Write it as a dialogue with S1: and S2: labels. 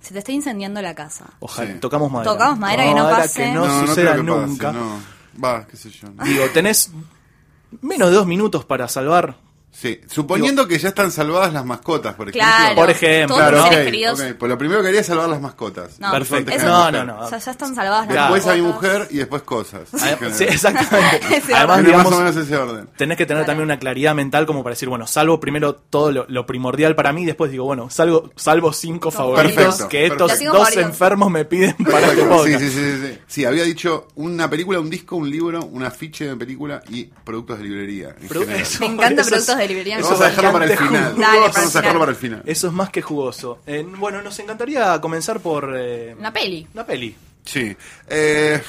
S1: se te está incendiando la casa.
S2: Ojalá,
S3: Sí.
S2: tocamos madera.
S1: Tocamos madera que no
S2: Ahora
S1: pase.
S2: que no, suceda
S3: creo que pase,
S2: nunca.
S3: no. Va, qué sé yo. no.
S2: Digo, tenés menos de dos minutos para salvar.
S3: Sí, suponiendo que ya están salvadas las mascotas, por ejemplo.
S1: Claro.
S2: Por ejemplo.
S1: Todos los
S3: Claro,
S1: seres
S3: ok,
S1: queridos.
S3: ok, Pues lo primero que haría es salvar las mascotas.
S1: No,
S2: Perfecto.
S1: eso-
S2: No, no, no.
S1: O sea, ya están salvadas las
S3: Después a mi
S1: mascotas.
S3: mujer y después cosas. en general.
S2: Ah, Sí, exactamente.
S1: Sí,
S2: Además,
S3: Tiene más o
S2: digamos,
S3: menos ese orden.
S2: tenés que tener también una claridad mental como para decir, bueno, salvo primero todo lo, lo primordial para mí, y después digo, bueno, salvo, salvo cinco favoritos
S3: Perfecto,
S2: que estos
S1: perfecto.
S2: dos
S1: Cinco
S2: enfermos me piden para este
S3: Exacto, sí,
S2: podcast.
S3: sí, sí, sí, sí. Sí, había dicho una película, un disco, un libro, un afiche de película y productos de librería. en
S2: Pero
S3: general.
S2: eso-
S1: Me encanta
S2: eso
S1: productos
S2: es-
S1: de librería.
S2: eso
S3: Vamos a
S2: es
S3: dejarlo para el
S2: bastante
S3: final.
S2: jugo-
S1: Dale, para el
S3: Vamos a dejarlo
S1: final.
S3: para el final.
S2: Eso es más que jugoso. Eh, bueno, nos encantaría comenzar por... eh,
S1: Una peli.
S2: Una peli.
S3: Sí. Eh,